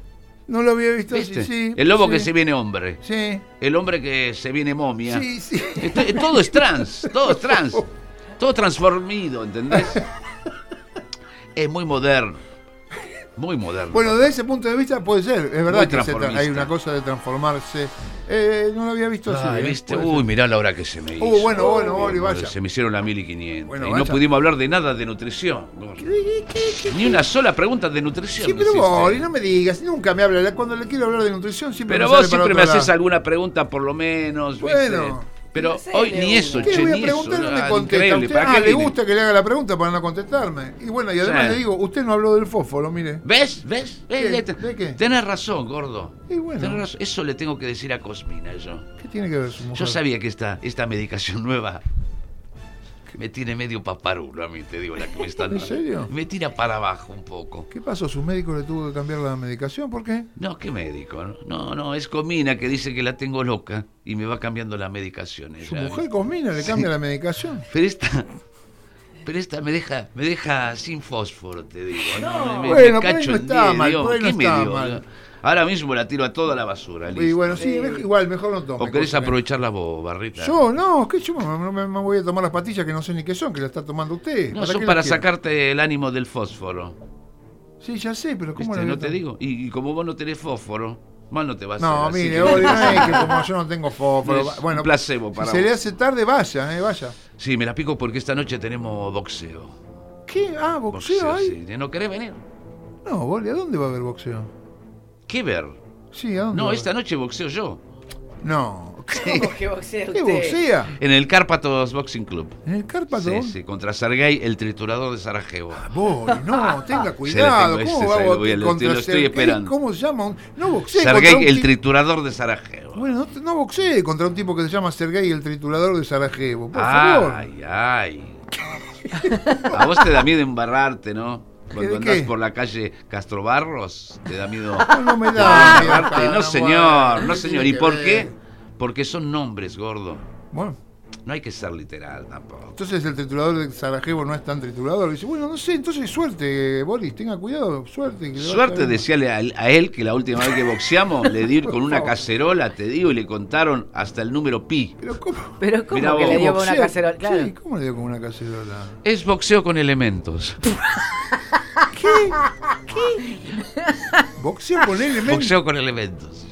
[SPEAKER 2] No lo había visto
[SPEAKER 4] ¿Viste?
[SPEAKER 2] así, sí.
[SPEAKER 4] el lobo
[SPEAKER 2] sí,
[SPEAKER 4] que se viene hombre.
[SPEAKER 2] Sí,
[SPEAKER 4] El hombre que se viene momia.
[SPEAKER 2] sí, sí.
[SPEAKER 4] Esto- eh, todo es trans, todo es trans. Todo transformido, ¿entendés? Es muy moderno. Muy moderno.
[SPEAKER 2] Bueno, desde ese punto de vista puede ser. Es verdad
[SPEAKER 4] Muy
[SPEAKER 2] que se tra-
[SPEAKER 4] transformista.
[SPEAKER 2] hay una cosa de transformarse. Eh, no lo había visto así.
[SPEAKER 4] Ay,
[SPEAKER 2] eh,
[SPEAKER 4] ¿viste?
[SPEAKER 2] puede
[SPEAKER 4] Uy, mirá la hora que se me hizo.
[SPEAKER 2] Uh, bueno, bueno, Boli,
[SPEAKER 4] Gordo,
[SPEAKER 2] vaya.
[SPEAKER 4] Se me hicieron la 1500.
[SPEAKER 2] Bueno,
[SPEAKER 4] y no
[SPEAKER 2] vaya.
[SPEAKER 4] pudimos hablar de nada de nutrición. gordo.
[SPEAKER 2] ser. ¿Qué, qué, qué?
[SPEAKER 4] Ni una sola pregunta de nutrición.
[SPEAKER 2] Sí,
[SPEAKER 4] me
[SPEAKER 2] pero
[SPEAKER 4] hiciste.
[SPEAKER 2] Boli, no me digas, nunca me habla. Cuando le quiero hablar de nutrición, siempre
[SPEAKER 4] Pero
[SPEAKER 2] me
[SPEAKER 4] vos
[SPEAKER 2] sale para
[SPEAKER 4] siempre me
[SPEAKER 2] otro
[SPEAKER 4] haces
[SPEAKER 2] lado.
[SPEAKER 4] alguna pregunta, por lo menos. ¿viste?
[SPEAKER 2] Bueno.
[SPEAKER 4] Pero
[SPEAKER 5] Sí,
[SPEAKER 4] hoy
[SPEAKER 5] de
[SPEAKER 4] ni
[SPEAKER 5] una.
[SPEAKER 4] eso,
[SPEAKER 2] ¿Qué
[SPEAKER 4] che,
[SPEAKER 2] le voy
[SPEAKER 4] ni
[SPEAKER 2] a preguntar?
[SPEAKER 4] eso.
[SPEAKER 2] No me
[SPEAKER 4] Ah,
[SPEAKER 2] contesta.
[SPEAKER 4] increíble,
[SPEAKER 2] Usted-
[SPEAKER 4] ¿para
[SPEAKER 2] ah,
[SPEAKER 4] qué
[SPEAKER 2] le
[SPEAKER 4] vine?
[SPEAKER 2] gusta que le haga la pregunta para no contestarme. Y bueno, y además
[SPEAKER 4] Sí.
[SPEAKER 2] le digo, usted no habló del fósforo, mire.
[SPEAKER 4] ¿Ves? ¿Ves? ¿Ves?
[SPEAKER 2] ¿Qué?
[SPEAKER 4] Te-
[SPEAKER 2] ¿De qué?
[SPEAKER 4] Tenés razón, gordo.
[SPEAKER 2] Y bueno.
[SPEAKER 4] Tenés razón. Eso le tengo que decir a Cosmina yo.
[SPEAKER 2] ¿Qué tiene que ver su mujer?
[SPEAKER 4] Yo sabía que esta, esta medicación nueva me tiene medio paparulo a mí, te digo, la que me está
[SPEAKER 2] ¿En serio?
[SPEAKER 4] Me tira para abajo un poco.
[SPEAKER 2] ¿Qué pasó? ¿Su médico le tuvo que cambiar la medicación? ¿Por qué?
[SPEAKER 4] No, ¿qué médico? No, no, es Comina que dice que la tengo loca y me va cambiando las medicaciones.
[SPEAKER 2] Su mujer Cosmina le cambia la medicación.
[SPEAKER 4] Pero esta, Pero esta me deja, me deja sin fósforo, te digo.
[SPEAKER 5] No.
[SPEAKER 4] me, me
[SPEAKER 2] Bueno, por ahí no
[SPEAKER 4] en
[SPEAKER 2] está
[SPEAKER 4] diez,
[SPEAKER 2] mal,
[SPEAKER 4] digo,
[SPEAKER 2] por ahí no
[SPEAKER 4] ¿qué me
[SPEAKER 2] está
[SPEAKER 4] dio?
[SPEAKER 2] mal.
[SPEAKER 4] Ahora mismo la tiro a toda la basura,
[SPEAKER 2] Y
[SPEAKER 4] listo.
[SPEAKER 2] bueno, sí,
[SPEAKER 5] Sí.
[SPEAKER 2] me- igual, mejor no tomes.
[SPEAKER 4] ¿O querés
[SPEAKER 2] cosa que-
[SPEAKER 4] aprovecharla vos, Barrita?
[SPEAKER 2] Yo, no, que yo me, me- me voy a tomar las pastillas que no sé ni qué son, que las está tomando usted.
[SPEAKER 4] No,
[SPEAKER 2] eh, qué
[SPEAKER 4] son
[SPEAKER 2] las
[SPEAKER 4] para
[SPEAKER 2] quiere?
[SPEAKER 4] sacarte el ánimo del fósforo.
[SPEAKER 2] Sí, ya sé, pero ¿cómo
[SPEAKER 4] ¿Viste?
[SPEAKER 2] la voy a
[SPEAKER 4] No te
[SPEAKER 2] tomar?
[SPEAKER 4] digo. Y, y como vos no tenés fósforo, mal no te vas a
[SPEAKER 2] No,
[SPEAKER 4] hacer. así
[SPEAKER 2] mire,
[SPEAKER 4] que-
[SPEAKER 2] Oli, no es que como yo no tengo fósforo.
[SPEAKER 4] No es
[SPEAKER 2] bueno,
[SPEAKER 4] un placebo para
[SPEAKER 2] si se
[SPEAKER 4] vos.
[SPEAKER 2] le hace tarde, vaya, eh, vaya.
[SPEAKER 4] Sí, me la pico porque esta noche tenemos boxeo.
[SPEAKER 2] ¿Qué? Ah, boxeo hay.
[SPEAKER 4] sí. ¿No querés venir?
[SPEAKER 2] No, Boli, ¿a dónde va a haber boxeo?
[SPEAKER 4] ¿Qué ver?
[SPEAKER 2] Sí, ¿a dónde? va
[SPEAKER 4] No,
[SPEAKER 2] a
[SPEAKER 4] esta
[SPEAKER 2] haber?
[SPEAKER 4] noche boxeo yo.
[SPEAKER 2] No.
[SPEAKER 5] ¿Cómo que boxea
[SPEAKER 2] ¿Qué
[SPEAKER 4] este-
[SPEAKER 5] usted?
[SPEAKER 2] boxea?
[SPEAKER 4] En el Cárpatos Boxing Club.
[SPEAKER 2] ¿En el Cárpato?
[SPEAKER 4] Sí, sí, contra Sergei, el triturador de Sarajevo.
[SPEAKER 2] Ah, Boli, no, tenga
[SPEAKER 4] tengo,
[SPEAKER 2] cuidado.
[SPEAKER 4] ese
[SPEAKER 2] ¿Cómo va
[SPEAKER 4] se
[SPEAKER 2] a
[SPEAKER 4] lo voy a-
[SPEAKER 2] boxear
[SPEAKER 4] lo
[SPEAKER 2] contra
[SPEAKER 4] estoy- lo estoy
[SPEAKER 2] Sergei?
[SPEAKER 4] esperando.
[SPEAKER 2] ¿Cómo se llama? un- No boxee contra un
[SPEAKER 4] Sergei, el
[SPEAKER 2] tipo-
[SPEAKER 4] triturador de Sarajevo.
[SPEAKER 2] Bueno, no, no boxee contra un tipo que se llama Sergei el triturador de Sarajevo. Por favor.
[SPEAKER 4] Ay, ay. A vos te da miedo embarrarte, ¿no? Cuando
[SPEAKER 2] ¿De
[SPEAKER 4] andás
[SPEAKER 2] qué?
[SPEAKER 4] por la calle Castrobarros, te da miedo
[SPEAKER 2] No, no me da. miedo,
[SPEAKER 4] embarrarte.
[SPEAKER 2] cara,
[SPEAKER 4] No, señor,
[SPEAKER 2] bueno,
[SPEAKER 4] no,
[SPEAKER 2] ¿qué
[SPEAKER 4] señor.
[SPEAKER 2] tiene
[SPEAKER 4] ¿Y
[SPEAKER 2] que
[SPEAKER 4] por
[SPEAKER 2] ver?
[SPEAKER 4] qué? Porque son nombres, gordo.
[SPEAKER 2] Bueno.
[SPEAKER 4] No hay que ser literal tampoco.
[SPEAKER 2] Entonces el triturador de Sarajevo no es tan triturador. Dice, bueno, no sé, entonces suerte, Boris, tenga cuidado, suerte. que le va a
[SPEAKER 4] Suerte
[SPEAKER 2] caer.
[SPEAKER 4] decíale a él, a él que la última vez que boxeamos le dio con una
[SPEAKER 2] favor.
[SPEAKER 4] cacerola, te digo, y le contaron hasta el número pi.
[SPEAKER 2] Pero ¿cómo?
[SPEAKER 3] Pero ¿cómo
[SPEAKER 4] Mirá
[SPEAKER 3] que
[SPEAKER 4] vos.
[SPEAKER 3] le dio con una
[SPEAKER 2] Boxeo.
[SPEAKER 3] cacerola? Claro.
[SPEAKER 2] Sí, ¿cómo le dio con una cacerola?
[SPEAKER 4] Es boxeo con elementos.
[SPEAKER 2] Boxeo con elementos.
[SPEAKER 4] Boxeo con elementos.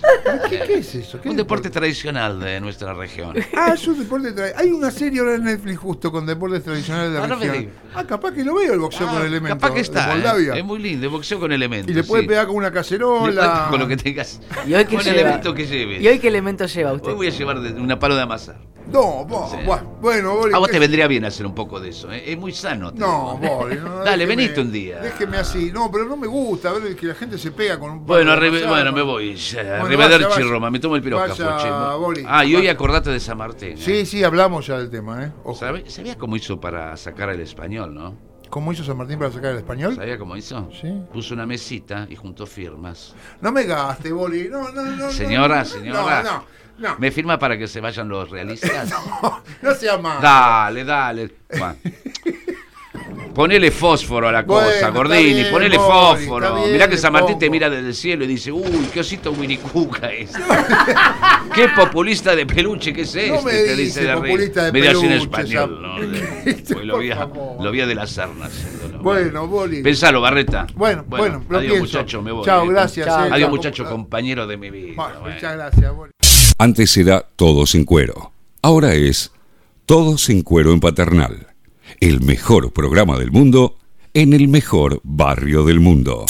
[SPEAKER 2] ¿Qué, qué es eso? ¿Qué
[SPEAKER 4] Un
[SPEAKER 2] deporte?
[SPEAKER 4] deporte tradicional de nuestra región.
[SPEAKER 2] Ah, es un deporte tradicional. Hay una serie ahora en Netflix justo con deportes tradicionales de la
[SPEAKER 4] Ah, no me
[SPEAKER 2] región.
[SPEAKER 4] diga.
[SPEAKER 2] Ah, capaz que lo veo el boxeo con
[SPEAKER 4] Ah,
[SPEAKER 2] elementos.
[SPEAKER 4] Capaz que
[SPEAKER 2] de
[SPEAKER 4] está. ¿eh?
[SPEAKER 2] Moldavia.
[SPEAKER 4] Es muy lindo, es boxeo con elementos.
[SPEAKER 2] Y le puede
[SPEAKER 4] sí.
[SPEAKER 2] pegar con una
[SPEAKER 4] Le
[SPEAKER 2] cacerola.
[SPEAKER 4] puede- Con lo que tengas.
[SPEAKER 3] ¿Y hoy qué
[SPEAKER 4] con
[SPEAKER 3] lleva?
[SPEAKER 4] elemento que lleves.
[SPEAKER 3] ¿Y hoy qué elemento lleva usted?
[SPEAKER 4] Hoy voy a llevar de- una palo de amasar.
[SPEAKER 2] No, vos,
[SPEAKER 4] Sí.
[SPEAKER 2] vos, bueno, Boris.
[SPEAKER 4] A vos
[SPEAKER 2] qué
[SPEAKER 4] te
[SPEAKER 2] sé
[SPEAKER 4] vendría bien hacer un poco de eso. ¿eh? Es muy sano. te
[SPEAKER 2] No,
[SPEAKER 4] digo.
[SPEAKER 2] Boris, no, no,
[SPEAKER 4] Dale,
[SPEAKER 2] déjeme-
[SPEAKER 4] veniste un día.
[SPEAKER 2] Déjeme así. No, pero no me gusta ver que la gente se pega con un palo
[SPEAKER 4] Bueno,
[SPEAKER 2] de
[SPEAKER 4] arre-
[SPEAKER 2] manzana.
[SPEAKER 4] bueno, me voy. ya,
[SPEAKER 2] Bueno,
[SPEAKER 4] Arrivederci,
[SPEAKER 2] vaya, vaya.
[SPEAKER 4] Roma. Me tomo el pirógrafo.
[SPEAKER 2] Vaya,
[SPEAKER 4] che.
[SPEAKER 2] Boris,
[SPEAKER 4] ah, y hoy
[SPEAKER 2] vaya.
[SPEAKER 4] acordate de San Martín. ¿eh?
[SPEAKER 2] Sí, sí, hablamos ya del tema, ¿eh? Ojo.
[SPEAKER 4] ¿Sabe- ¿Sabías cómo hizo para sacar al español, no?
[SPEAKER 2] ¿Cómo hizo San Martín para sacar el español?
[SPEAKER 4] ¿Sabías cómo hizo?
[SPEAKER 2] Sí.
[SPEAKER 4] Puso una mesita y juntó firmas.
[SPEAKER 2] No me gaste, Boli. No, no, no, no.
[SPEAKER 4] Señora,
[SPEAKER 2] no,
[SPEAKER 4] señora.
[SPEAKER 2] No, no, no.
[SPEAKER 4] ¿Me firma para que se vayan los realistas?
[SPEAKER 2] No, no sea malo.
[SPEAKER 4] Dale, dale. Bueno. Ponele fósforo a la
[SPEAKER 2] Bueno,
[SPEAKER 4] cosa,
[SPEAKER 2] está
[SPEAKER 4] Gordini,
[SPEAKER 2] bien,
[SPEAKER 4] ponele
[SPEAKER 2] Boli,
[SPEAKER 4] fósforo.
[SPEAKER 2] está bien,
[SPEAKER 4] Mirá que
[SPEAKER 2] le
[SPEAKER 4] San Martín
[SPEAKER 2] pongo.
[SPEAKER 4] te mira desde el cielo y dice, uy, qué osito Winnicuca es. este". qué populista de peluche que es este,
[SPEAKER 2] me
[SPEAKER 4] te
[SPEAKER 2] dice
[SPEAKER 4] dice de arriba.
[SPEAKER 2] populista de
[SPEAKER 4] Medio así en
[SPEAKER 2] peluche,
[SPEAKER 4] español,
[SPEAKER 2] esa-
[SPEAKER 4] ¿no? De-
[SPEAKER 2] Este,
[SPEAKER 4] pues lo, vi a,
[SPEAKER 2] por favor.
[SPEAKER 4] lo vi a de las sarnas. haciéndolo.
[SPEAKER 2] Bueno, Boli.
[SPEAKER 4] Pensalo, Barreta.
[SPEAKER 2] Bueno, bueno, lo
[SPEAKER 4] adiós,
[SPEAKER 2] pienso.
[SPEAKER 4] muchacho, me voy.
[SPEAKER 2] Chao,
[SPEAKER 4] eh.
[SPEAKER 2] gracias.
[SPEAKER 3] Chao.
[SPEAKER 2] eh,
[SPEAKER 4] Adiós,
[SPEAKER 2] la-
[SPEAKER 4] muchacho, compañero de mi vida.
[SPEAKER 2] Bueno,
[SPEAKER 4] bueno.
[SPEAKER 2] Muchas gracias, Boli.
[SPEAKER 1] Antes era Todos en Cuero. Ahora es Todos en Cuero en Paternal. El mejor programa del mundo en el mejor barrio del mundo.